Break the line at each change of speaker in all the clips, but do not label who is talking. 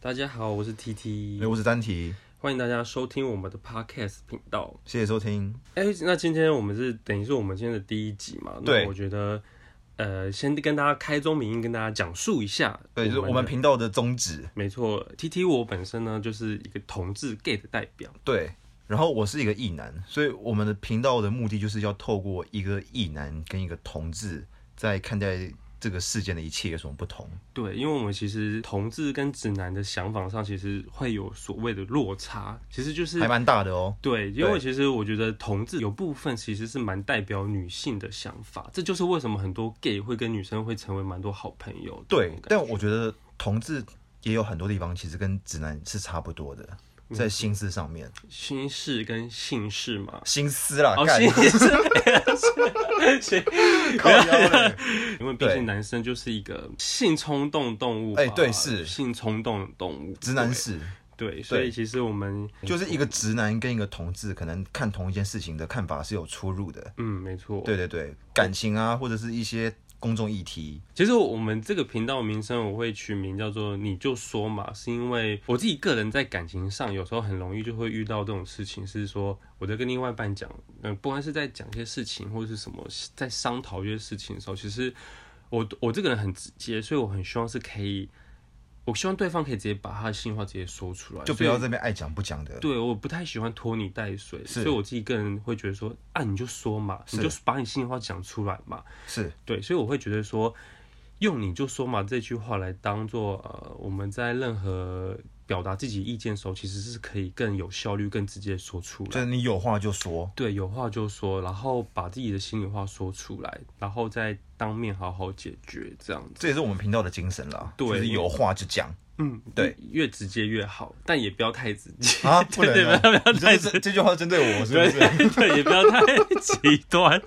大家好，我是 T T，
哎，我是詹提，
欢迎大家收听我们的 Podcast 频道。
谢谢收听。
哎、那今天我们是等于是我们今天的第一集嘛？
对
那我觉得，呃，先跟大家开宗明义跟大家讲述一下，
对，就是我
的
们频道的宗旨。
没错，T T 我本身呢就是一个同志 gay 的代表，
对，然后我是一个异男，所以我们的频道的目的就是要透过一个异男跟一个同志在看待这个世间的一切有什么不同。
对，因为我们其实同志跟直男的想法上其实会有所谓的落差，其实就是
还蛮大的哦。
对，因为
对
其实我觉得同志有部分其实是蛮代表女性的想法，这就是为什么很多 gay 会跟女生会成为蛮多好朋友。
对，但我觉得同志也有很多地方其实跟直男是差不多的，在心思上面，
心事跟姓氏嘛，
心思啦，
哦，
干
姓氏，姓，
靠腰 嘞
因为毕
对
竟男生就是一个性冲动动物吧，
哎对是
性冲动动物，
直男是，
对，对所以其实我们
就是一个直男跟一个同志，可能看同一件事情的看法是有出入的。
嗯，没错，
对对对，感情啊，或者是一些公众议题，
其实我们这个频道名称我会取名叫做“你就说嘛”，是因为我自己个人在感情上有时候很容易就会遇到这种事情，是说我在跟另外一半讲，嗯，不管是在讲一些事情或者是什么，在商讨一些事情的时候，其实我我这个人很直接，所以我很希望是可以，我希望对方可以直接把他的心里话直接说出来，
就不
所以
要这边爱讲不讲的。
对，我不太喜欢拖泥带水，所
是
以我自己个人会觉得说，啊，你就说嘛，你就把你心里话讲出来嘛。
是
对，所以我会觉得说，用你就说嘛这句话来当做呃我们在任何表达自己意见的时候，其实是可以更有效率、更直接地说出
就
来。
是你有话就说。
对，有话就说，然后把自己的心里话说出来，然后再当面好好解决，这样子。
这也是我们频道的精神啦，
对
就是有话就讲
嗯，
对，
越直接越好，但也不要太直接。
啊，不能、
对
啊，
不要不要
你
太
这这这句话针对我是不是？
对 对，也不要太极端。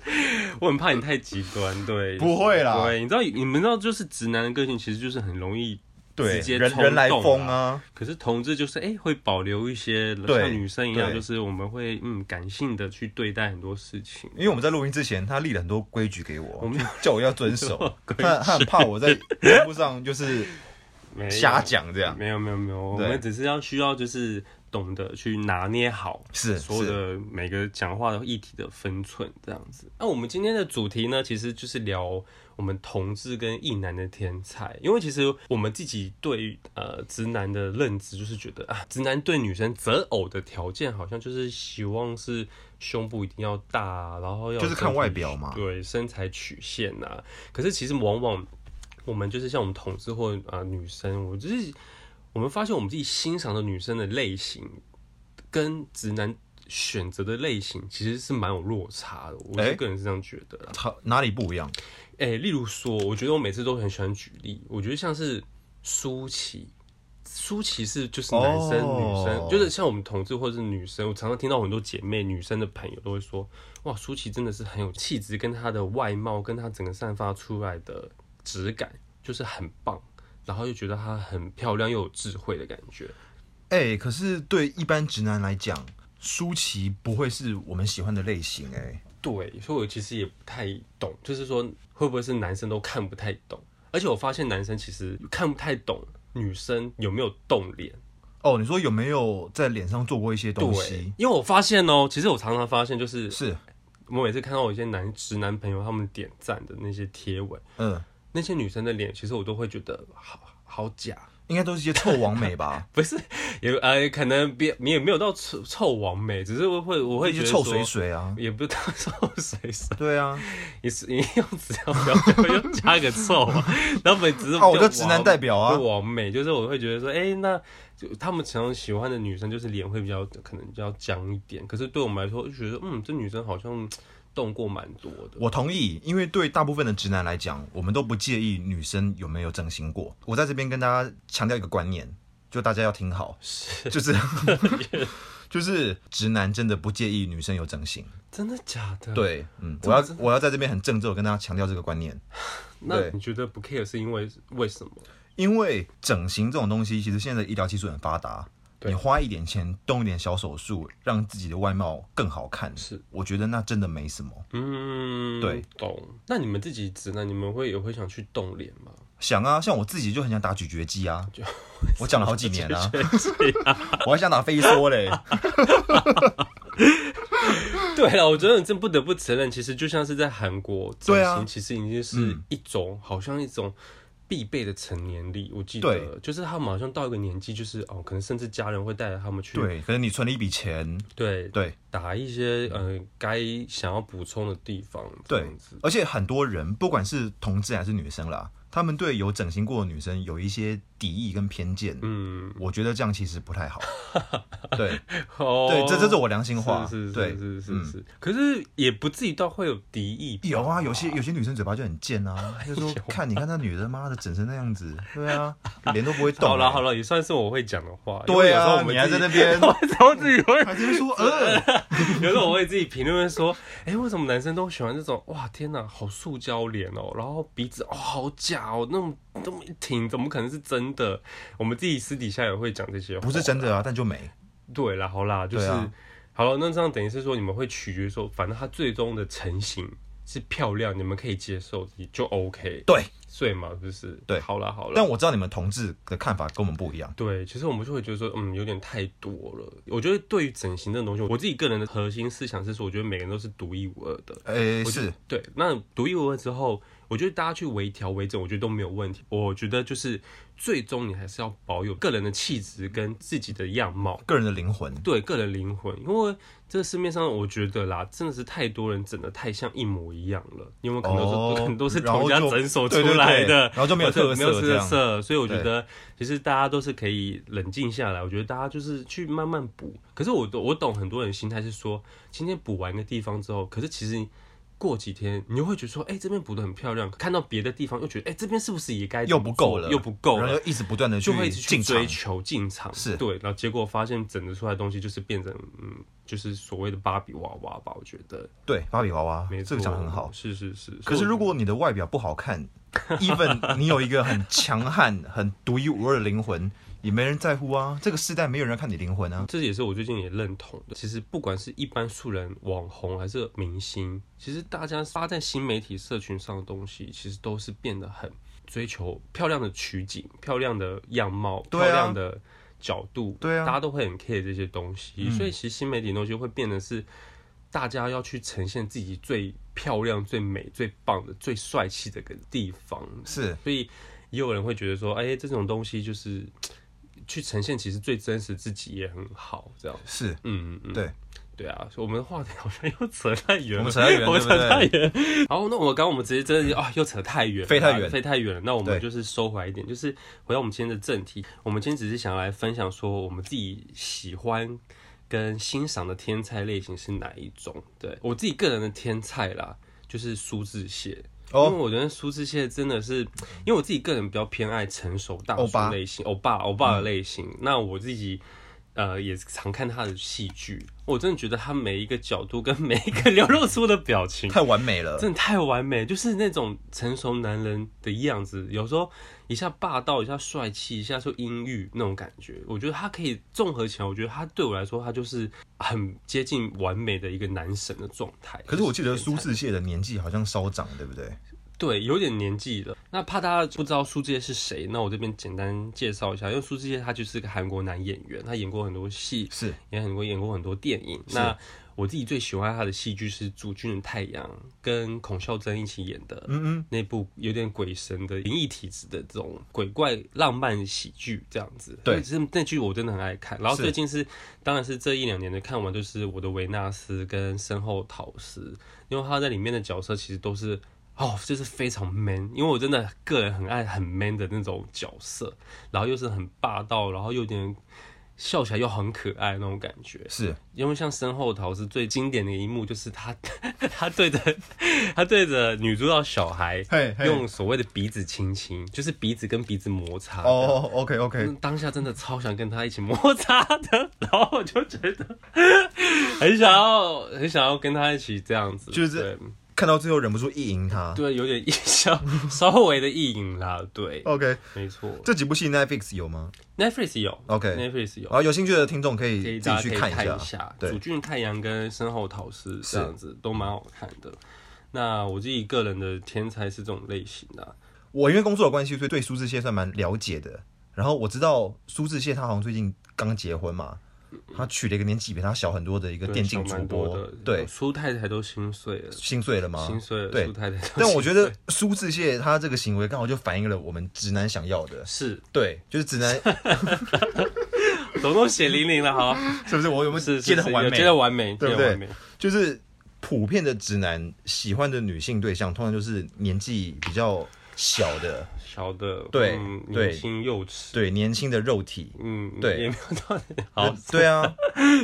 我很怕你太极端，对，
不会啦
对，你知道，你们知道，就是直男的个性其实就是很容易
对，
直接
人
冲动
人来疯
啦
啊，
可是同志就是哎、诶会保留一些
对
像女生一样，
对
就是我们会嗯感性的去对待很多事情。
因为我们在录音之前，他立了很多规矩给我，
我们
叫我要遵守，他他很怕我在节目上就是
没有啊
瞎讲这样，
没有没有没有，我
对
们只是要需要就是懂得去拿捏好
是
所有的每个讲话的议题的分寸这样子。那我们今天的主题呢，其实就是聊我们同志跟异男的天才，因为其实我们自己对于呃直男的认知就是觉得啊，直男对女生择偶的条件好像就是希望是胸部一定要大，然后要
就是看
身体
外表嘛
对身材曲线呐、可是其实往往我们就是像我们同志或啊、呃女生，我就是我们发现我们自己欣赏的女生的类型跟直男选择的类型其实是蛮有落差的，我是
哎
个人是这样觉得啦。
他哪里不一样？
哎、例如说，我觉得我每次都很喜欢举例，我觉得像是舒淇。舒淇是就是男生、
哦
女生，就是像我们同志或者是女生，我常常听到很多姐妹女生的朋友都会说，哇，舒淇真的是很有气质，跟她的外貌，跟她整个散发出来的质感就是很棒，然后又觉得她很漂亮又有智慧的感觉。
哎、可是对一般直男来讲，舒淇不会是我们喜欢的类型哎、
对，所以我其实也不太懂，就是说会不会是男生都看不太懂？而且我发现男生其实看不太懂女生有没有动脸。
哦，你说有没有在脸上做过一些东
对
西？，
因为我发现哦、其实我常常发现，就是
是，
我每次看到有一些男直男朋友他们点赞的那些贴文，
嗯，
那些女生的脸，其实我都会觉得好好假。，
应该都是一些臭王美吧
不是，有呃，可能别你也没有到臭臭完美，只是我会 我会
一
觉
些
得
臭
说
水，水啊。
也不到 臭水水，
对啊，
你是 你用词要 不要又加个臭啊？ 然后本只是
啊我就直男代表啊
就完美就是我会觉得说，哎、那就他们常常喜欢的女生就是脸会比较可能比较僵一点，可是对我们来说就觉得，嗯，这女生好像动过蛮多的。
我同意，因为对大部分的直男来讲，我们都不介意女生有没有整形过。我在这边跟大家强调一个观念，就大家要听好，就是 就是直男真的不介意女生有整形。
真的假的？，
对，嗯，
这
我要我要在这边很郑重地跟大家强调这个观念。
那
对
你觉得不 care 是因为为什么？
因为整形这种东西，其实现在的医疗技术很发达，
对
你花一点钱动一点小手术，让自己的外貌更好看，
是
我觉得那真的没什么。
嗯，
对，
懂。那你们自己直男，你们会也会想去动脸吗？
想啊，像我自己就很想打咀嚼肌 啊，我讲了好几年啊，我还想打飞梭嘞。
对了，我觉得你真不得不承认，其实就像是在韩国，整
对啊
形其实已经是一种、好像一种必备的成年礼。我记得
对，
就是他们好像到一个年纪，就是哦，可能甚至家人会带着他们去
对，可能你存了一笔钱，
对
对
打一些呃该想要补充的地方，这
对
样子，
而且很多人不管是同志还是女生啦，他们对有整形过的女生有一些敌意跟偏见。
嗯，
我觉得这样其实 不太好。对
哦
对，这这是我良心话。
是是
对嗯
是是是是，可是也不至于到会有敌意吧，
有啊，有些有些女生嘴巴就很 贱啊，就说看你看那女的，妈的整成那样子，对啊，脸都不会动、
好了好
了，
了，也算是我会讲的话。因为有
欸对
时候
啊
我，们
你还
自
在
己，
那 边
我总自己会，
还在那边 说呃，
有时候我会自己评论说，哎、为什么男生都喜欢这种？哇，天哪，好塑胶脸哦，然后鼻子哦好假哦，那么那么一挺，怎么可能是真的？我们自己私底下也会讲这些话，哦
不是真的啊，但就美。
对啦，好啦，就是、
对啊
好了，那这样等于是说你们会取决于说，反正它最终的成型是漂亮，你们可以接受，你就 OK，
对，
对嘛，就是
对
好啦好啦。
但我知道你们同志的看法跟我们不一样。
对，其实我们就会觉得说，嗯，有点太多了。我觉得对于整形这种东西，我自己个人的核心思想是说，我觉得每个人都是独一无二的。
诶，
我觉得
呃是，
对，那独一无二之后，我觉得大家去微调微整，我觉得都没有问题。我觉得就是最终你还是要保有个人的气质跟自己的样貌，
个人的灵魂。
对个人灵魂。因为这个市面上，我觉得啦，真的是太多人整的太像一模一样了，因为可能都是、
哦
可能都是
然后
同家
就
诊所出
对对对
来的，
然 后就没有
或者
特色
没有
这
特
样
色，所以我觉得其实大家都是可以冷静下来。我觉得大家就是去慢慢补。可是我懂我懂很多人心态是说，今天补完一个地方之后，可是其实。过几天，你又会觉得说，哎、这边补的很漂亮，看到别的地方又觉得，哎、这边是不是也该
又不够了，
又不够
然
了
后，就一直不断的
就会一直去
进
追
场。
求进场，
是
对，然后结果发现整的出来的东西就是变成嗯，就是所谓的芭比娃娃吧，我觉得
对，芭比娃娃
没，错，
这个讲得很好。
是是是。
可是
所以我
如果你的外表不 好看，even 你有一个很强悍、很独一无二的灵魂，也没人在乎啊。这个世代没有人看你灵魂啊。
这也是我最近也认同的，其实不管是一般素人、网红还是明星，其实大家发在新媒体社群上的东西，其实都是变得很追求漂亮的取景、漂亮的样貌、
对
漂
啊
亮的角度，
对啊嗯
大家都会很 care 这些东西，所以其实新媒体的东西会变得是大家要去呈现自己最漂亮、最美、最棒的、最帅气的一个地方，
是
所以也有人会觉得说，哎、这种东西就是去呈现，其实最真实自己也很好，这样。
是，
嗯，嗯
对，
对啊，所以我们的话题好像又扯太远了，
我们扯太远了
我们扯太
对
远。好，那我们刚刚我们直接真的啊，又扯太远了，
飞太远
飞太远了。那我们
对
就是收回来一点，就是回到我们今天的正题。我们今天只是想来分享说，我们自己喜欢跟欣赏的天菜类型是哪一种？对我自己个人的天菜啦，就是苏志燮。
哦
因为我觉得苏志燮真的是，因为我自己个人比较偏爱成熟大
欧
叔
巴
类型，欧巴欧巴的类型。那我自己呃也常看他的戏剧，我真的觉得他每一个角度跟每一个流露出的表情，
太完美了。
真的太完美，就是那种成熟男人的样子。有时候一下霸道，一下帅气，一下说阴郁那种感觉。我觉得他可以综合起来，我觉得他对我来说，他就是很接近完美的一个男神的状态。
可是我记得
就是
苏志燮的年纪好像稍长，对不对？
对，有点年纪了。那怕大家不知道苏志燮是谁，那我这边简单介绍一下，因为苏志燮他就是个韩国男演员，他演过很多戏，
是
也很多演过很多电影。那我自己最喜欢他的戏剧是《主君的太阳》，跟孔孝真一起演的，嗯嗯，那部有点鬼神的灵异体质的这种鬼怪浪漫喜剧这样子。
对
其实那剧我真的很爱看。然后
是
最近是，当然是这一两年的看完，就是我的维纳斯跟身后桃矢，因为他在里面的角色其实都是。哦，就是非常 man，因为我真的个人很爱很 man 的那种角色，然后又是很霸道，然后又有点笑起来又很可爱那种感觉。
是，
因为像身后桃是最经典的一幕，就是他 他对着他对着女主角小孩
嘿嘿
用所谓的鼻子亲亲，就是鼻子跟鼻子摩擦。
哦，OK OK，
那当下真的超想跟他一起摩擦的，然后我就觉得 很想要很想要跟他一起这样子，
就是
对
看到最后忍不住意淫他。
对有点意稍稍微的意淫啦，对，
OK，
没错。
这几部戏 Netflix 有吗？
Netflix 有
OK
Netflix 有
然。后有兴趣的听众可
可以
以自
大家
己去
可以
看
看
一
下，主
对，
君太阳跟身后桃矢
是
这样子都蛮好看的。那我自己个人的天才是这种类型的啊、
我因为工作的关系，所以对苏志燮算蛮了解的。然后我知道苏志燮他好像最近刚结婚嘛，他娶了一个年纪比他小很多的一个
嗯对
电竞
小
主
蛮多
播
的，
对，
苏太太都心碎了，
心碎了吗？
心碎了，
啊对
苏太太都心碎。
但我觉得苏志燮他这个行为刚好就反映了我们直男想要的，
是，
对，就是直男
怎么都血淋淋了， 好，
是不是？我有没有
是
接的很完美？
接的完美，
对不
接得完美
就是普遍的直男喜欢的女性对象，通常就是年纪比较小的，
小的，
对
嗯
对
年轻幼稚，
对年轻的肉体。
嗯，
对
也没有到底 好，
对啊，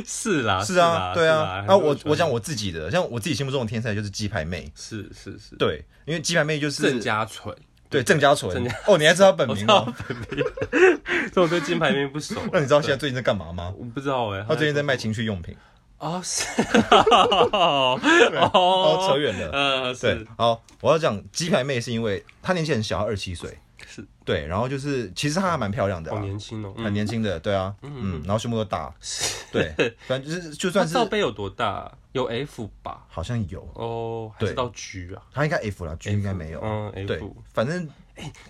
是啦，
是
啦
啊，，对啊。那我我讲
我
我自己的，像我自己心目中的天才就是鸡排妹，
是是是，
对，因为鸡排 妹就是
郑家纯，
对郑家纯
郑家。
哦，你还知道她本名 哦？
这我对金牌面不熟，啊
那你知道现在最近在干 嘛吗？
我不知道哎，
她最近在卖情趣用品。
哦是 哦哦
哦，扯远了。
呃
对
是，
好，我要讲鸡排妹是因为她年纪很小，她二十七岁，
是
对，然后就是其实她还蛮漂亮的
好
啊，
年轻哦，
很年轻的，对啊，嗯，然后胸部都大， 对，反正就是就
他
算是
罩杯有多大？有 F 吧？
好像有，
哦，还是
对
到 G 啊？
她应该 F 啦，G 应该没有，
嗯
对
，F。，
反正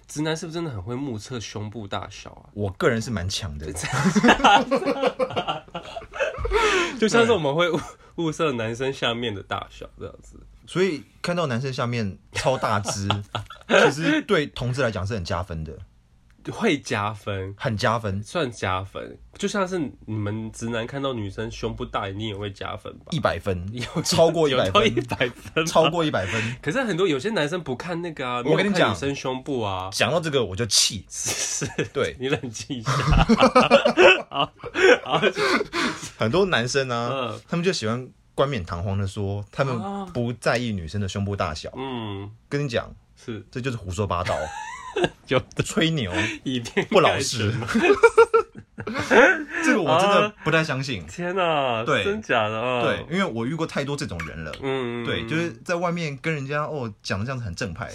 直男是不是真的很会目测胸部大小啊？
我个人是蛮强的，
就像是我们会物物色男生下面的大小这样子。
所以看到男生下面超大只，其实对同志来讲是很加分的，
会加分，
很加分，
算加分，就像是你们直男看到女生胸部大，你也会加分吧？
一百分
有，
超过一
有
百
到一
分，
百分，
超过一百分。
可是很多有些男生不看那个啊，
我跟你
没有看
讲
女生胸部啊，
讲到这个我就气，
是，
对
你冷静一下，
很多男生啊
嗯，啊
他们就喜欢冠冕堂皇的说他们不在意女生的胸部大小，
嗯，
跟你讲，
是
这就是胡说 八道，
有的
吹牛，
以偏
不老
概
实
全。
这个我真
啊
的不太相信。
天哪、
对
真假的啊？
对，，因为我遇过太多这种人了。
嗯，
对，就是在外面跟人家哦讲的这样子很正 派，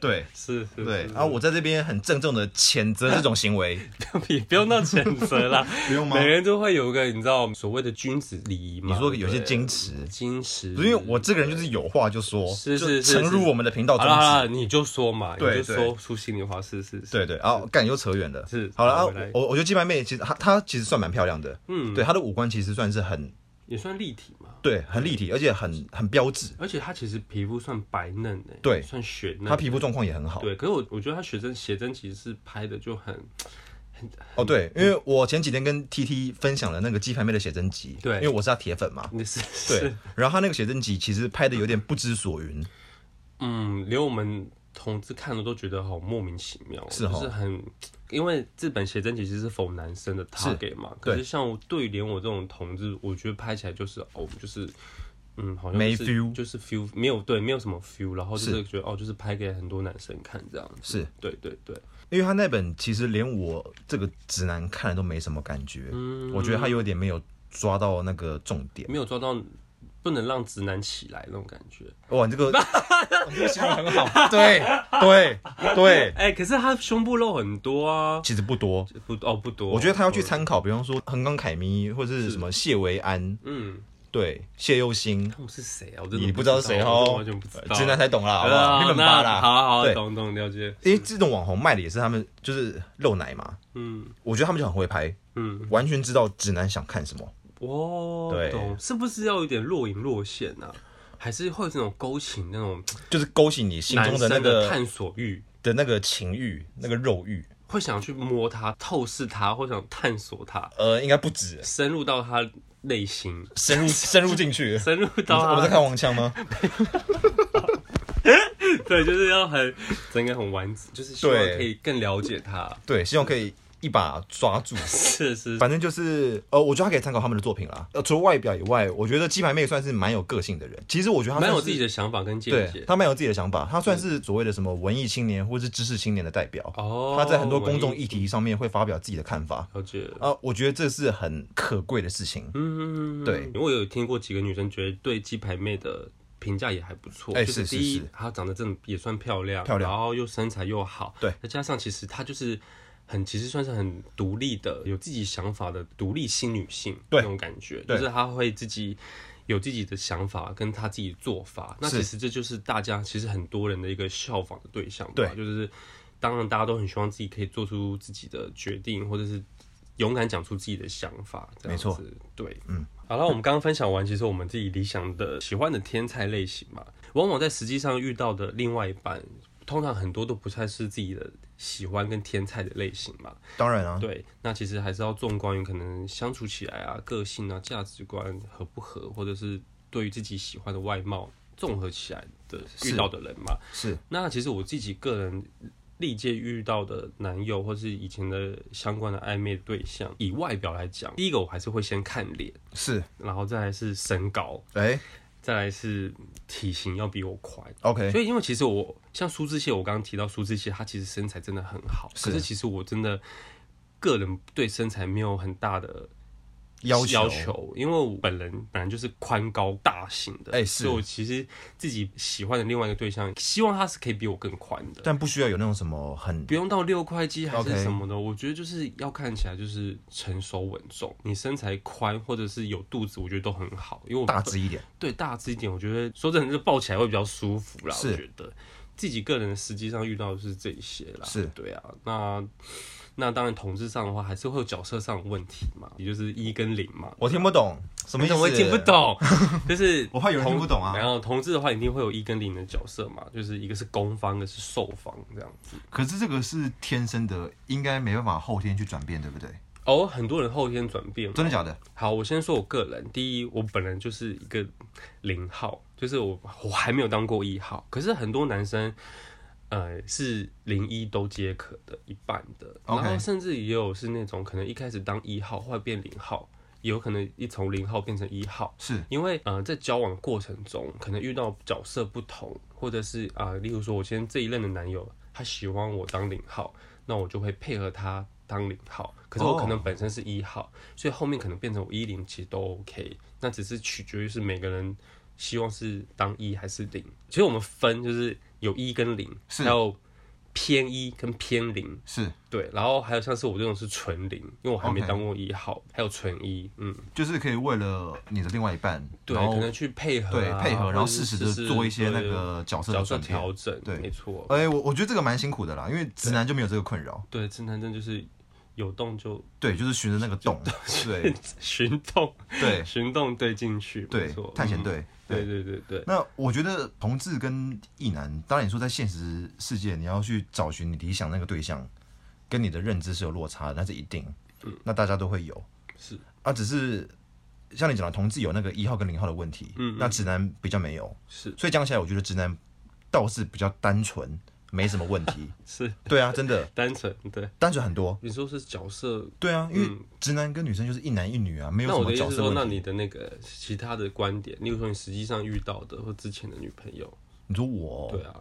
对
是是，
对，
是
然后我在这边很郑重的谴责这种行为，
也 不用到谴责啦，
不用吗
每？个人都会有一个你知道所谓的君子礼仪嘛。
你说有些
对
矜持，
矜持，
因为我这个人就是有话就说，
是
就是
是
诚如
是
我们的频道
好
宗
了
旨
好。了，你就说嘛，你
对
就说出心里话，是是是，
对对，啊，干又扯远了。
是
好了啊
好回来，
我我觉得鸡排妹其实她她其实算蛮漂亮的，
嗯，
对，她的五官其实算是很
也算立体嘛。
对很立体，而且很很标致。
而且她其实皮肤算白嫩的，
对
算雪嫩。
她皮肤状况也很好。
对，可是我我觉得她写真写真其实是拍的就很
哦，对，因为我前几天跟 T T 分享了那个鸡排妹的写真集，
对
因为我是她铁粉嘛。
那是
对
是，
然后她那个写真集其实拍的有点不知所云，
嗯，连我们同志看了都觉得好莫名其妙，
是哦
就是很。因为这本写真集其实是否男生的 target 嘛，可
对
是像我对于连我这种同志，我觉得拍起来就是哦，就是嗯，好像
没
就是
feel
就是 feel 没有对，没有什么 feel，然后就是是觉得哦，就是拍给很多男生看这样子，
是
对对对，
因为她那本其实连我这个直男看了都没什么感觉，
嗯
我觉得她有点没有抓到那个重点。
没有抓到，不能让直男起来那种感觉。
哇，你 这个你这个形容很好，对对对，
哎、可是他胸部肉很多啊，
其实不多。
不哦不多，
我觉得他要去参考，比方说横冈凯咪或者是什么谢维安，
嗯，
对，谢佑兴，
他们是谁啊？我真的
你
不
不知道是谁
我真
哦
的，完全不知道，
直男才懂啦，好不
啊
好？你很八
那
啦，
好好
对，
懂懂了解，
因为这种网红卖的也是他们就是露奶嘛，
嗯
我觉得他们就很会拍，
嗯，
完全知道直男想看什么。
我
对
懂，是不是要有点若隐若现啊？还是会有这种勾起那种
就是勾起你心中
男
的
生
那
的
个
探索欲，
的那个情欲、那个肉欲，
会想去摸它、透视它，或想探索它，
呃，应该不止
深入到它内心，
深入深入进去。
深入
我们我
到
们在
它，
看黄腔吗？
对，就是要很整个很完整，就是希望
对
可以更了解它。
对，希望可以一把抓住。
是是，
反正就是呃，我觉得他可以参考他们的作品啦。呃，除了外表以外，我觉得鸡排妹算是蛮有个性的人。其实我觉得他
蛮有
算是
自己的想法跟见
对，
解。
他蛮有自己的想法，他算是所谓的什么文艺青年或是知识青年的代表。
哦，
他在很多公众
文艺
议题上面会发表自己的看法。
了解了。
啊、我觉得这是很可贵的事情。
嗯，
对，
我有听过几个女生觉得对鸡排妹的评价也还不错，
哎
就是
是
第一
是
她长得真的也算漂亮，
漂亮
然后又身材又好，
对，
再加上其实她就是。很其实算是很独立的，有自己想法的独立新女性
对
那种感觉，就
对
是她会自己有自己的想法跟他自己的做法。那
是
其实这就是大家其实很多人的一个效仿的对象吧，
对
就是当然大家都很希望自己可以做出自己的决定，或者是勇敢讲出自己的想法，这样
没错
子，对，嗯。好了，我们刚刚分享完，其实我们自己理想的、喜欢的天才类型嘛，往往在实际上遇到的另外一半，通常很多都不太是自己的喜欢跟天才的类型嘛。
当然啊，
对，那其实还是要纵观于可能相处起来啊、个性啊、价值观合不合，或者是对于自己喜欢的外貌综合起来的遇
是
到的人嘛。
是
那其实我自己个人历届遇到的男友，或是以前的相关的暧昧对象，以外表来讲，第一个我还是会先看脸，
是，
然后再来是身高，
哎
再来是体型要比我宽。
，OK，
所以，因为其实我像苏志燮，我刚刚提到苏志燮，他其实身材真的很好，
是
可是其实我真的个人对身材没有很大的
要求
要求，因为我本人本来就是宽高大型的，
哎是
所以我其实自己喜欢的另外一个对象，希望他是可以比我更宽的，
但不需要有那种什么很
不用到六块肌还
OK
是什么的我觉得就是要看起来就是成熟稳重，你身材宽或者是有肚子，我觉得都很好，因为我
大只一点，
对大只一点，我觉得说真的，就抱起来会比较舒服啦。我
是
觉得自己个人实际上遇到的是这一些啦。
是
对啊，那那当然统治上的话，还是会有角色上的问题嘛，也就是一跟零嘛。
我听不懂什么意思，
我也听不， 懂，就是
我怕有人听不懂啊
同然后同志的话，一定会有一跟零的角色嘛，就是一个是攻方，一个是受方这样子。
可是这个是天生的，应该没办法后天去转变，对不对？
哦，很多人后天转变嘛。
真的假的？
好，我先说我个人，第一，我本人就是一个零号，就是我我还没有当过一号，可是很多男生，呃，是零一都皆可的，一半的，然
OK
后甚至也有是那种可能一开始当一号，后来变零号，也有可能一从零号变成一号，
是
因为呃，在交往的过程中，可能遇到角色不同，或者是啊、例如说，我今天这一任的男友，他喜欢我当零号，那我就会配合他当零号。可是我
哦
可能本身是一号所以后面可能变成我一零，其实都 OK。那只是取决于是每个人希望是当一还是零。其实我们分就是有一跟零，
是
还有偏一跟偏零。
是，
对，然后还有像是我这种是纯零，因为我还没
OK
当过一号还有纯一，嗯，
就是可以为了你的另外一半，
对，
然
可
后
能去配合、
对
啊，
配合，然后
或者
适
是
时
就
的
是
做一些那
对
个角色的
角色
转变。
调整，
对
没错，
哎、我我觉得这个蛮辛苦的啦，因为直男就没有这个困扰。
对，正男症就是有动就
对，就是循着那个 洞，对
行动，
对
行动对进去，没
对
错，，
探险
嗯，
队。
对对对对，
那我觉得同志跟异男，当然你说在现实世界，你要去找寻你理想那个对象，跟你的认知是有落差的，那是一定。那大家都会有。
嗯是
啊，只是像你讲的，同志有那个一号跟零号的问题，
嗯嗯
那直男比较没有，
是
所以讲起来，我觉得直男倒是比较单纯，没什么问题。
是
对啊，真的
单纯，对，
单纯很多。
你说是角色。
对啊，因为直男跟女生就是一男一女啊，没有
嗯那
什
我的
么
意
角
思是
色
说，那
问题。
你的那个其他的观点，例如说你实际上遇到的或之前的女朋友，
你说我，
对啊，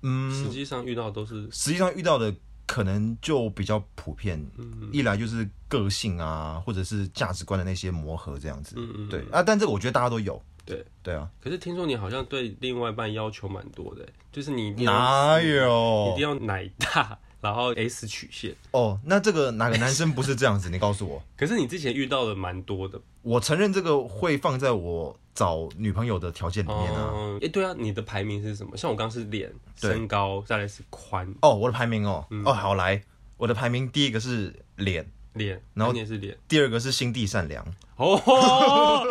嗯，
实际上遇到的都是嗯
实际上遇到的可能就比较普遍，
嗯
一来就是个性啊，或者是价值观的那些磨合这样子。
嗯嗯，
对啊，但这个我觉得大家都有。
对
对啊，
可是听说你好像对另外一半要求蛮多的，就是你一定要
哪
一
有
定要奶大，然后 S 曲线。
哦？那这个哪个男生不是这样子？你告诉我。
可是你之前遇到的蛮多的
我承认这个会放在我找女朋友的条件里面啊。
哦，哎、对啊，你的排名是什么？像我刚刚是脸、
对
身高，再来是宽
哦，我的排名哦，
嗯
哦好来，我的排名第一个是脸，
脸，
然后
你也是脸。
第二个是心地善良，
哦，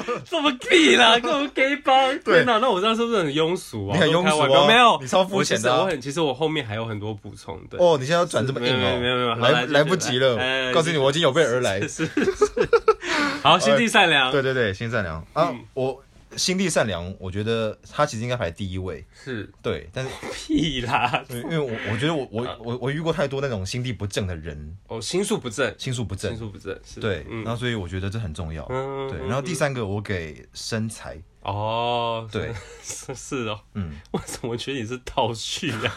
这么 gay 啦，这么 gay 帮，
对
天哪！那我这样是不是很庸俗啊？
你很庸俗啊
我都开玩笑没有，
你超肤浅的啊
我其实我很，其实我后面还有很多补充的。
哦，你现在要转这么硬
没有
哦，
没有没有好来
来
继续
来不及
来
了，
哎
告诉你我已经有备而 来。呃
是是是，好，心地善良，
对对对，心地善良啊，
嗯
我心地善良，我觉得他其实应该排第一位，
是
对，但是
屁啦，
因为我我觉得我我我我遇过太多那种心地不正的人，
哦，心术不正，
心术不
心
正，
术不正，是
对，
嗯
然后所以我觉得这很重要，
嗯
对，
嗯
然后第三个我给身材，
哦，
对
是，是是哦，
嗯。
我怎么觉得你是套叙啊？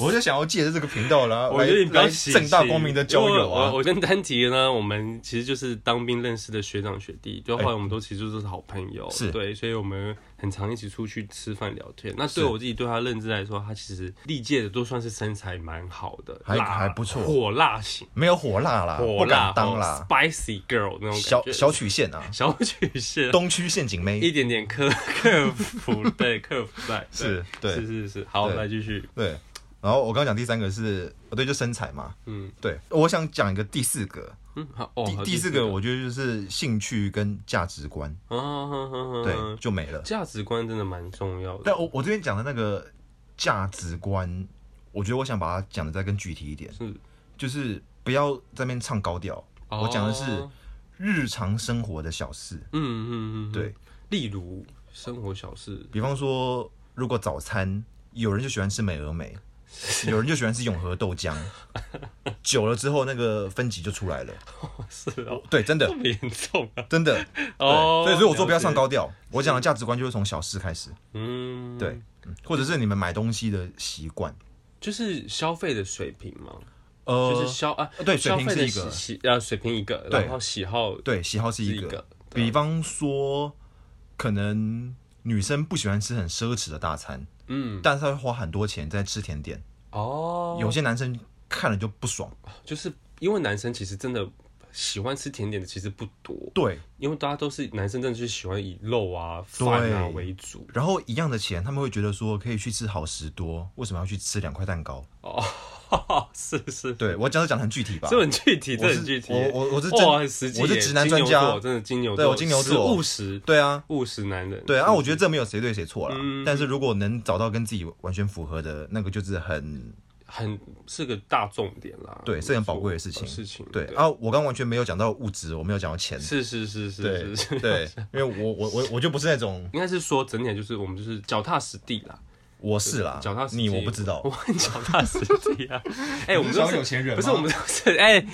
我就想要借着这个频道啦，
我觉得你
来
不要
来
洗
正大光明的交
因为
友
我
啊
我。我跟丹迪呢，我们其实就是当兵认识的学长学弟，就后来我们都其实就是好朋友，
哎是
对，所以我们很常一起出去吃饭聊天。那对
是
我自己对他认知来说，他其实历届的都算是身材蛮好的，
还
辣
还不错
火辣型，
没有火辣啦，
火
不
辣
敢当
哦
啦，
，spicy girl 那种感
小
觉，
小曲线啊，
小曲线，
东区陷阱
一
妹
点点克 克服，对，克服在，对
是
是
对
是是，好，
对
来继续，
对。然后我刚刚讲第三个是，哦对，就身材嘛，
嗯
对。我想讲一个第四个，
嗯，好，哦，好
第第四个我觉得就是兴趣跟价值观，
啊，哼哼哼
对，就没了。
价值观真的蛮重要的。
但我我这边讲的那个价值观，我觉得我想把它讲的再更具体一点，
是
就是不要在那边唱高调。我讲的是
哦
日常生活的小事，
嗯嗯嗯，嗯
对，
例如生活小事，
比方说，如果早餐有人就喜欢吃美 而美，有人就喜欢吃永和豆浆，久了之后那个分级就出来了。
是 哦，
对，真
这
的，
么严重啊？
真的。对
哦，
所以所以我说不要上
了
高调，我讲的价值观就是从小事开始，
解，嗯，
对，，嗯或者是你们买东西的习惯，
就是消费的水平嘛，
呃，
就是消啊，
对，水
消
平
费
是
的
一个，
喜喜呃水平一个，
对
然后喜好
对，喜好是
是
一
一
个。
个，
比方说，可能女生不喜欢吃很奢侈的大餐，
嗯，
但是她会花很多钱在吃甜点，
哦，
有些男生看了就不爽。
就是因为男生其实真的喜欢吃甜点的其实不多，
对，
因为大家都是男生，真的是喜欢以肉啊、饭啊
对
为主
然后一样的钱，他们会觉得说可以去吃好食多，为什么要去吃两块蛋糕？
哦， 是是，
对我讲的讲得很具体吧
这。很具体，这
我
很具
是
体
我
耶。
我我是
哇，很
真
实际耶，
我是直男
金牛
专家
座真的金牛座，
对我金牛
是
座
务实
对啊，
务实男人。
对啊，
是
我觉得这没有谁对谁错啦。
嗯
但是如果能找到跟自己完全符合的那个，就是很
很是个大重点啦，呃
对，是很宝贵的事情。
事情。
对，啊，我刚完全没有讲到物质，我没有讲到钱。
是是是
对
是是，
对，因为我我我我就不是那种
应该是说整体就是我们就是脚踏实地啦，
我是啦，
脚踏实地。
啊你我不知道
我，很脚踏实地 啊。哎，我们
小
都是
有钱人
不是
吗
我们都是哎，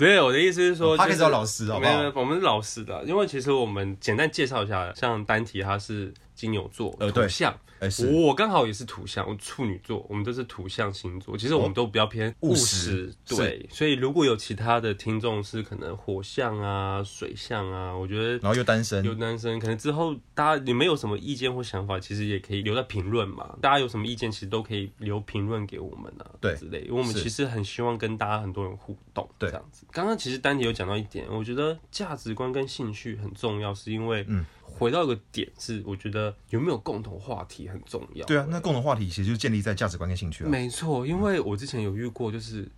对，我的意思是说，
他
就
可以
是
找老师好不
没有没
好
有？，我们是老实的，啊因为其实我们简单介绍一下，像丹提他是金牛座，
呃对
土象，
哎是
我刚好也是土象，我处女座，我们都是土象星座，其实我们都比较偏
务
实
实，
对，所以如果有其他的听众是可能火象啊、水象啊，我觉得。
然后又单
有
身，
男生可能之后，大家你们有什么意见或想法，其实也可以留在评论嘛。大家有什么意见，其实都可以留评论给我们啊，
对
之类。因为我们
是
其实很希望跟大家很多人互动，
对
这样子。刚刚其实丹尼有讲到一点，我觉得价值观跟兴趣很重要，是因为
嗯，
回到一个点是，我觉得有没有共同话题很重要。
对啊，那共同话题其实就建立在价值观跟兴趣啊。
没错，因为我之前有遇过，就是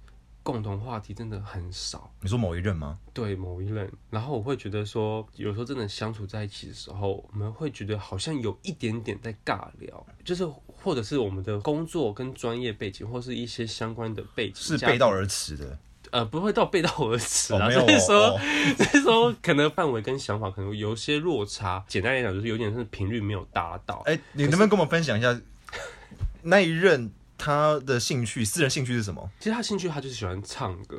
共同话题真的很少。
你说某一任吗？
对某一任，然后我会觉得说，有时候真的相处在一起的时候，我们会觉得好像有一点点在尬聊，就是或者是我们的工作跟专业背景，或是一些相关的背景
是
加
背道而驰的，
呃不会到背道而驰
哦
啊，
没
就
有
是
哦
说，就是说可能范围跟想法可能有些落差。简单来讲，就是有点是频率没有达到。
哎、你能不能跟我们分享 一下那一任他的兴趣，私人兴趣是什么
其实他兴趣他就是喜欢唱歌，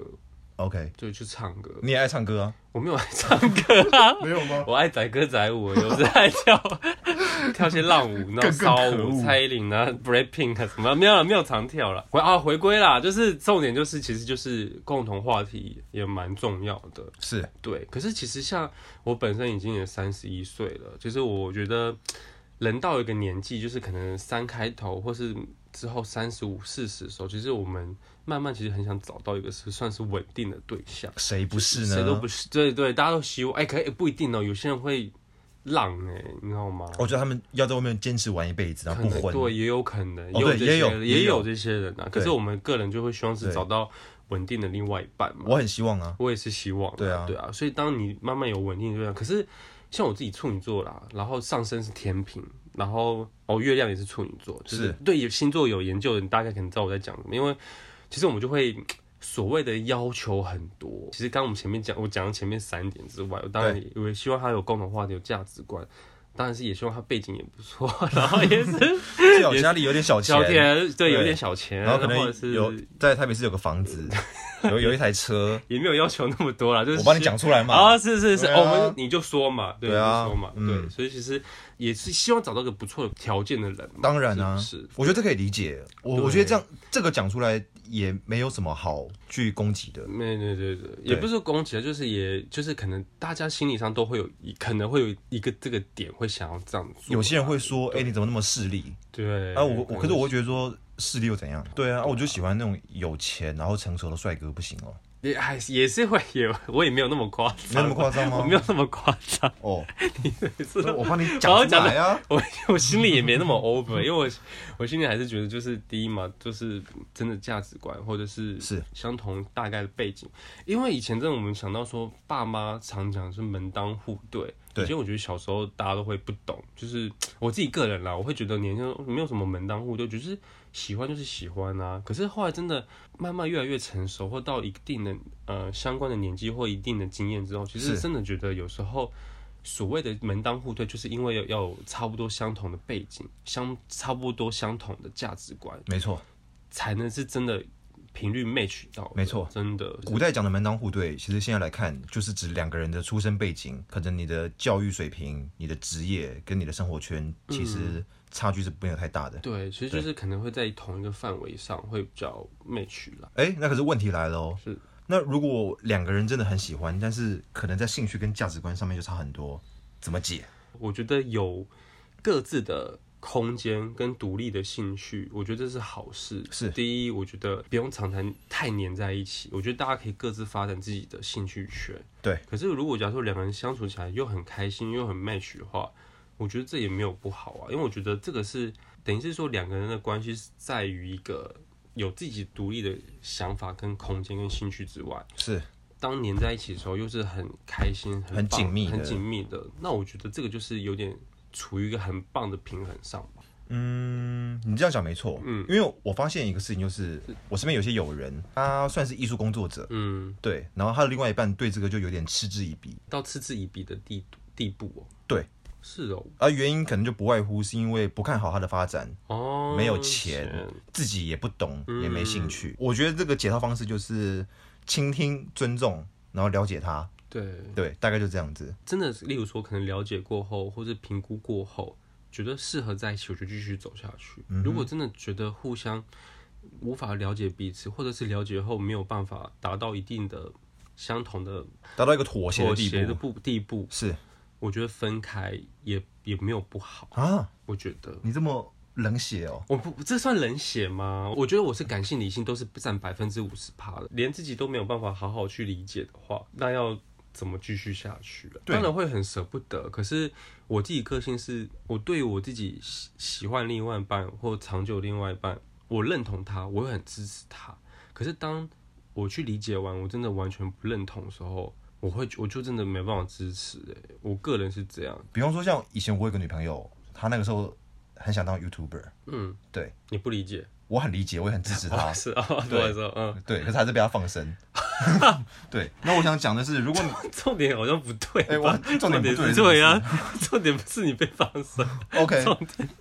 ？OK，
就去唱歌。
你也爱唱歌啊？
我没有爱唱歌啊，
没有吗？
我爱载歌载舞，有 时爱跳跳些浪舞，然后
更
骚
可
舞，
恶
蔡依林啊，Blackpink 啊什么，没有了，没有常跳了。回啊，回归啦，就是重点就是，其实就是共同话题也蛮重要的，
是
对。可是其实像我本身已经也三十一岁了，其实我觉得人到一个年纪，就是可能三开头或是之后三十五、四十的时候，其实我们慢慢其实很想找到一个是算是稳定的对象。
谁不是呢？
谁都不是，对对，大家都希望，哎、可以、不一定哦，有些人会浪哎、你知道吗？
我觉得他们要在外面坚持玩一辈子，然
可
后啊不
能
婚。
对，也有可能，
哦
有
对
这
也
些
有
人
也
也有
有
这些人啊。可是
对
我们个人就会希望是
对
找到稳定的另外一半嘛。
我很希望啊，
我也是希望、
对啊
对啊。所以当你慢慢有稳定的对象，可是像我自己处女座啦，然后上升是天平，然后哦月亮也是处女座，就是
是
对有星座有研究的人，大概可能知道我在讲什么，因为其实我们就会。所谓的要求很多，其实刚刚我们前面讲，我讲了前面三点之外，我当然也我也希望他有共同话题、有价值观，当然是也希望他背景也不错，然后也 是
最好家里有点小
小
钱，
钱，对，有点小钱，
然后可
或
能
者是
有在台北市有个房子， 有有一台车，
也没有要求那么多啦，就是
我帮你讲出来嘛
啊，。是是是，
对啊
哦我们你就说嘛，对，
对啊
你就说嘛，
嗯
对，所以其实也是希望找到一个不错的条件的人嘛，
当然啊，
是不是
我觉得这可以理解。我
对
我觉得这样这个讲出来也没有什么好去攻击的。
对对对对，也不是说攻击啊，就是也就是可能大家心理上都会有一，可能会有一个这个点会想要这样做，啊
有些人会说：“哎、你怎么那么势利
对？”
啊，我我可是我会觉得说势利又怎样？对啊，啊我就喜欢那种有钱然后成熟的帅哥，不行哦，
也还是也是会有，我也没有那么夸
没有那
张
么，夸张
我
吗
没？有那么夸张，
哦，
是
我帮你
好
讲
好
出
讲
来啊。
我 我心里也没那么 over，因为我我心里还是觉得就是第一嘛，就是真的价值观或者是
是
相同大概的背景，因为以前真的我们想到说爸妈常讲是门当户对，
对
以前我觉得小时候大家都会不懂，就是我自己个人啦，我会觉得年轻人没有什么门当户对，就是喜欢就是喜欢啊。可是后来真的慢慢越来越成熟，或到一定的呃相关的年纪或一定的经验之后，其实
是
真的觉得有时候。所谓的门当户对，就是因为要要有差不多相同的背景，相差不多相同的价值观，
没错，
才能是真的频率 match 到的。
没错
真的
古代讲的门当户对，其实现在来看，就是指两个人的出身背景，可能你的教育水平、你的职业跟你的生活圈，其实差距是没有太大的。
对，其实就是可能会在同一个范围上会比较 match 啦。
哎、那可是问题来了哦。
是。
那如果两个人真的很喜欢，但是可能在兴趣跟价值观上面就差很多，怎么解？
我觉得有各自的空间跟独立的兴趣，我觉得这是好事。
是
第一，我觉得不用常常太黏在一起，我觉得大家可以各自发展自己的兴趣圈。
对。
可是如果假如说两个人相处起来又很开心又很 match 的话，我觉得这也没有不好啊，因为我觉得这个是等于是说两个人的关系是在于一个有自己独立的想法跟空间跟兴趣之外。
是
当黏在一起的时候，又是很开心、
很
棒
紧密的
很紧密的。那我觉得这个就是有点处于一个很棒的平衡上吧。
嗯，你这样讲没错，嗯，因为我发现一个事情，就是我身边有些友人，他算是艺术工作者，
嗯，
对，然后他的另外一半对这个就有点嗤之以鼻，
到嗤之以鼻的地地步哦。
对，
是哦，
而啊原因可能就不外乎是因为不看好他的发展，
哦，
没有钱，自己也不懂，
嗯
也没兴趣。我觉得这个解套方式就是倾听、尊重，然后了解他，
对，
对，大概就这样子。
真的，例如说可能了解过后，或是评估过后，觉得适合在一起，我就继续走下去。
嗯
如果真的觉得互相无法了解彼此，或者是了解后没有办法达到一定的相同的
达到一个妥协的
妥
地
协的
步，
步地步，
是
我觉得分开也也没有不好，
啊，
我觉得。
你这么冷血哦，
我不，这算冷血吗？我觉得我是感性、理性都是占百分之五十趴的，连自己都没有办法好好去理解的话，那要怎么继续下去了？
对
当然会很舍不得，可是我自己个性是，我对我自己喜喜欢另外一半或长久另外一半，我认同他，我会很支持他。可是当我去理解完，我真的完全不认同的时候，我会我就真的没办法支持、欸。我个人是这样，
比方说像以前我有个女朋友，她那个时候很想当 YouTuber，
嗯，
对
你不理解，
我很理解，我也很支持 她，
是啊，
对
对，是啊，嗯。
对，可是还是被她 放生。对，那我想讲的是，如果你
重点好像不对吧，
哎我重点不对
是
是不是
对啊， 重点不是你被放生，
OK，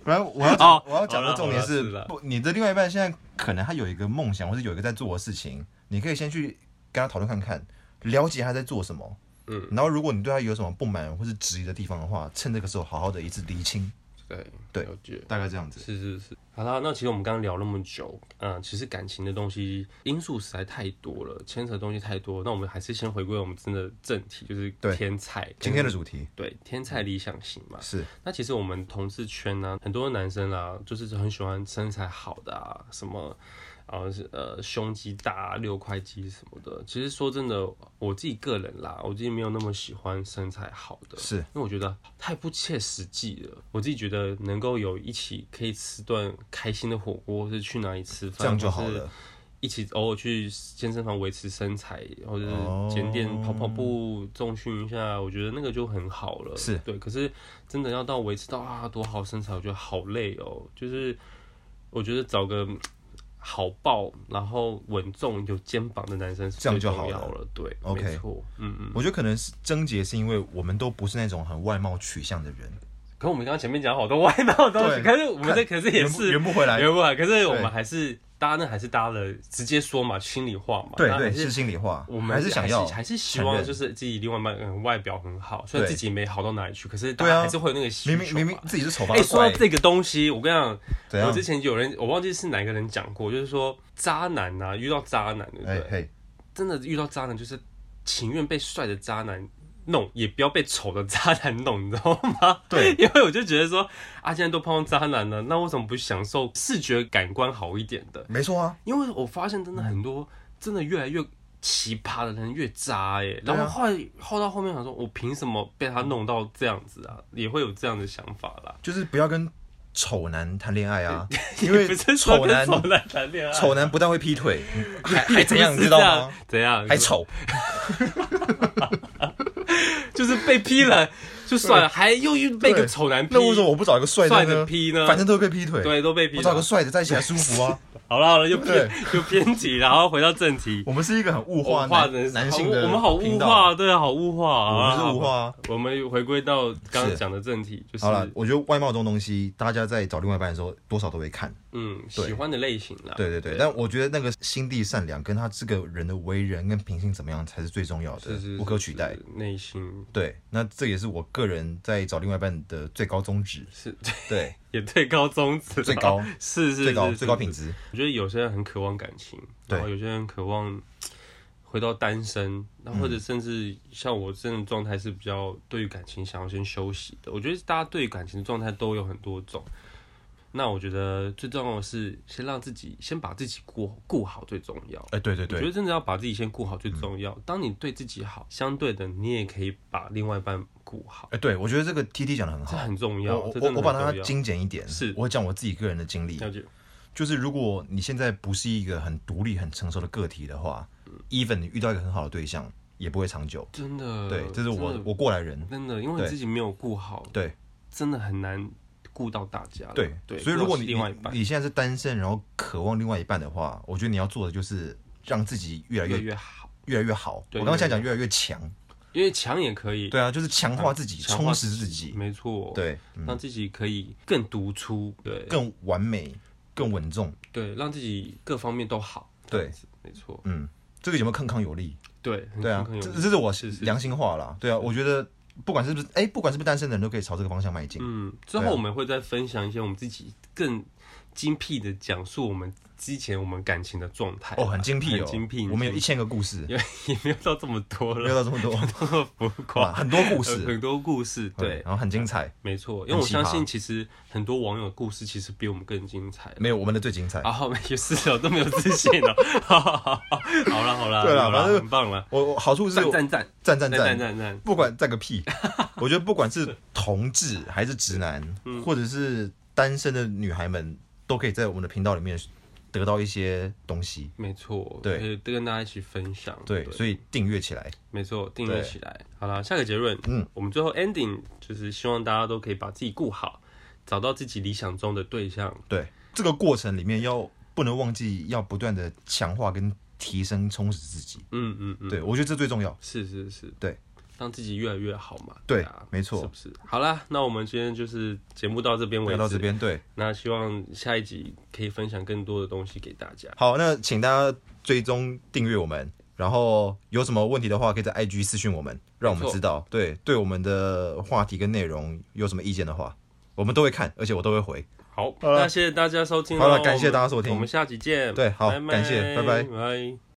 然后我要
哦
讲我要讲
好
的
啦
重点
好啦是
是
啦，
不，你的另外一半现在可能他有一个梦想，或是有一个在做的事情，你可以先去跟他讨论看看，了解他在做什么。
嗯，
然后如果你对他有什么不满或是质疑的地方的话，趁这个时候好好的一次厘清，
对
对
了解。
大概这样子。
是是是，好啦，那其实我们刚刚聊那么久，嗯、其实感情的东西因素实在太多了，牵扯的东西太多，那我们还是先回归我们真的正题，就是
对
天菜。
今天的主题
对天菜理想型嘛，
是
那其实我们同志圈呢、很多男生啊，就是很喜欢身材好的啊，什么，啊是呃胸肌大、啊、六块肌什么的。其实说真的，我自己个人啦，我自己没有那么喜欢身材好的，
是
因为我觉得太不切实际了。我自己觉得能够有一起可以吃顿开心的火锅，或是去哪里吃饭，
这样就好
或是
了。
一起偶尔去健身房维持身材，或者
哦
是减点跑跑步、重训一下，我觉得那个就很好了。
是
对，可是真的要到维持到啊多好身材，我觉得好累哦。就是我觉得找个嗯好抱，然后稳重、有肩膀的男生是
这
最
样就
重
好
要
了
了。对
OK
没错，嗯嗯，
我觉得可能是症结是因为我们都不是那种很外貌取向的人，
可我们刚刚前面讲好多歪脑的东西，
对
啊可是我们这可是也
圆不
是
圆不回来。
原本啊可是我
对
们还是搭呢，还是搭了，直接说嘛，心里话嘛。
对
那
对，
啊还
是
是
心里话，
我们
还是想要
还是希
承
望
认
就是自己另外一半嗯外表很好，虽然
对
自己没好到哪里去，可是大
对啊
家还是会有那个需求
明
嘛。
明明明自己 是丑八
哎，说
怪
到，这个东西，我跟你讲，
怎
我
样
之？前有人我忘记是哪个人讲过，就是说渣男呐、遇到渣男，对不
哎
对？
嘿，
真的遇到渣男，就是情愿被帅的渣男弄，也不要被丑的渣男弄，你知道吗？
对，
因为我就觉得说，啊，既然都碰到渣男了，那为什么不享受视觉感官好一点的？
没错啊，
因为我发现真的很多，真的越来越奇葩的人越渣哎、
对啊
然后后来后到后面想说，我凭什么被他弄到这样子啊？也会有这样的想法啦。
就是不要跟丑男谈恋爱啊，因
也
为
不是说
丑
跟
男
丑男谈恋爱，
丑男不但会劈腿，还还怎样，
不
你
是
知道
这样 怎样？
吗？？还丑，
就是被劈了就算了，还又又被
对
个丑男劈
那，为什么我不找一个帅
帅
的
的
呢？
劈呢？
反正都会被劈腿，
对，都啊被劈
我找个
了。
帅的在一起还舒服 啊。
好了好了，又
对
偏又偏题，然后回到正题。
我们是一个很 物
物
化
化
男
的
男性的
我们好
频
物
道
化，，对，好物化啊，
我们是物化啊。
我们回归到刚刚
是
讲的正题，就是
好了，我觉得外貌这种东西，大家在找另外一半的时候，多少都会看。
嗯，
对
喜欢的类型啦。
对对对，但我觉得那个心地善良跟他这个人的为人跟品性怎么样才是最重要的
是，是
无可取代。。
是内心
对，那这也是我个人在找另外一半的最高宗 旨。
是
对，
也最高宗旨啦，
最高
是是
最高
啊是
最高
是
品质。
我觉得有些人很渴望感情，
对
然后有些人渴望回到单身，那或者甚至像我这种状态是比较对于感情想要先休息的。我觉得大家对于感情的状态都有很多种。那我觉得最重要的是先让自己先把自己顾顾好最重要。
哎，对对嗯
我觉
对
得真的要把自己先顾好最重要。当你对自己好，相对的你也可以把另外一半顾好，
哎，对我觉得这个 T T 讲的很
这
好。
很重要。
我
这
我
真的
我把
很
它
重要
精简一点，
是
我讲我自己个人的经历。
了解，
就是如果你现在不是一个很独立、很成熟的个体的话，even 你遇到一个很好的对象，也不会长久。
真的。
对，这是我
呃真的
我过来人。
真的，因为你
对
自己没有顾好，
对
真的很难顾到大家了。
对
对，
所以如果你
顾到另外一半
你你现在是单身，然后渴望另外一半的话，我觉得你要做的就是让自己越来
越来
越
越好，
越来越好。我
对
刚刚想讲
越
越来越强，
因为强也可以，
对啊，就是强化自己，
强化
充实自己，
没错，，
对，嗯
让自己可以更独出，对
更完美、更稳重，
对，让自己各方面都好，
对
这样子，没错，
嗯，这个有没有铿锵有力？
对，很
对啊
很，有
这这是我
是是
良心话啦。对啊，我觉得不管是不是哎，不管是不是单身的人都可以朝这个方向迈进。
嗯，之
对
后
啊
我们会再分享一些我们自己更精辟的讲述我们之前我们感情的状态
哦，很精辟哦，
很精辟，
我们有一
很精
千个故事
辟， 也也没有到这么多
没
了，
有到这么多，
这 么浮
哇，
夸，
很多故
很
事，嗯
很多故事，对
嗯，然后很精彩，
没错，因为我
很奇葩
相信，其实很多网友的故事其实比我们更精彩。
没有我们的最精彩。
啊，后面也是哦，都没有自信了。好好好好了好了，
对啦
好啦
反正
很棒了，
我我好处是
赞赞赞赞
赞赞
赞
赞，
赞赞，
不管赞个屁， 我觉得不管是同志还是直男，或者是单身的女孩们，都可以在我们的频道里面得到一些东西。
没错，
对
可以跟大家一起分享。
对，所以订阅起来。
没错，订阅
对
起来。好啦，下个结论，
嗯，
我们最后 ending 就是希望大家都可以把自己顾好，找到自己理想中的对象。
对，这个过程里面要不能忘记要不断的强化跟提升充实自己。
嗯嗯嗯，
对，我觉得这最重要。
是是是，
对，
让自己越来越好嘛。
对
啊
没错
是不是？好啦，那我们今天就是节目到这边为
聊
止。
到这边，对，
那希望下一集可以分享更多的东西给大家。
好，那请大家追踪订阅我们，然后有什么问题的话，可以在 IG 私讯我们，让我
没
们
错
知道。对，对我们的话题跟内容有什么意见的话，我们都会看，而且我都会回。
好，
好了
那谢谢大家收听咯。
好了感谢
我们
大家收听
我们下集见。
对好
拜拜
感谢拜拜
拜。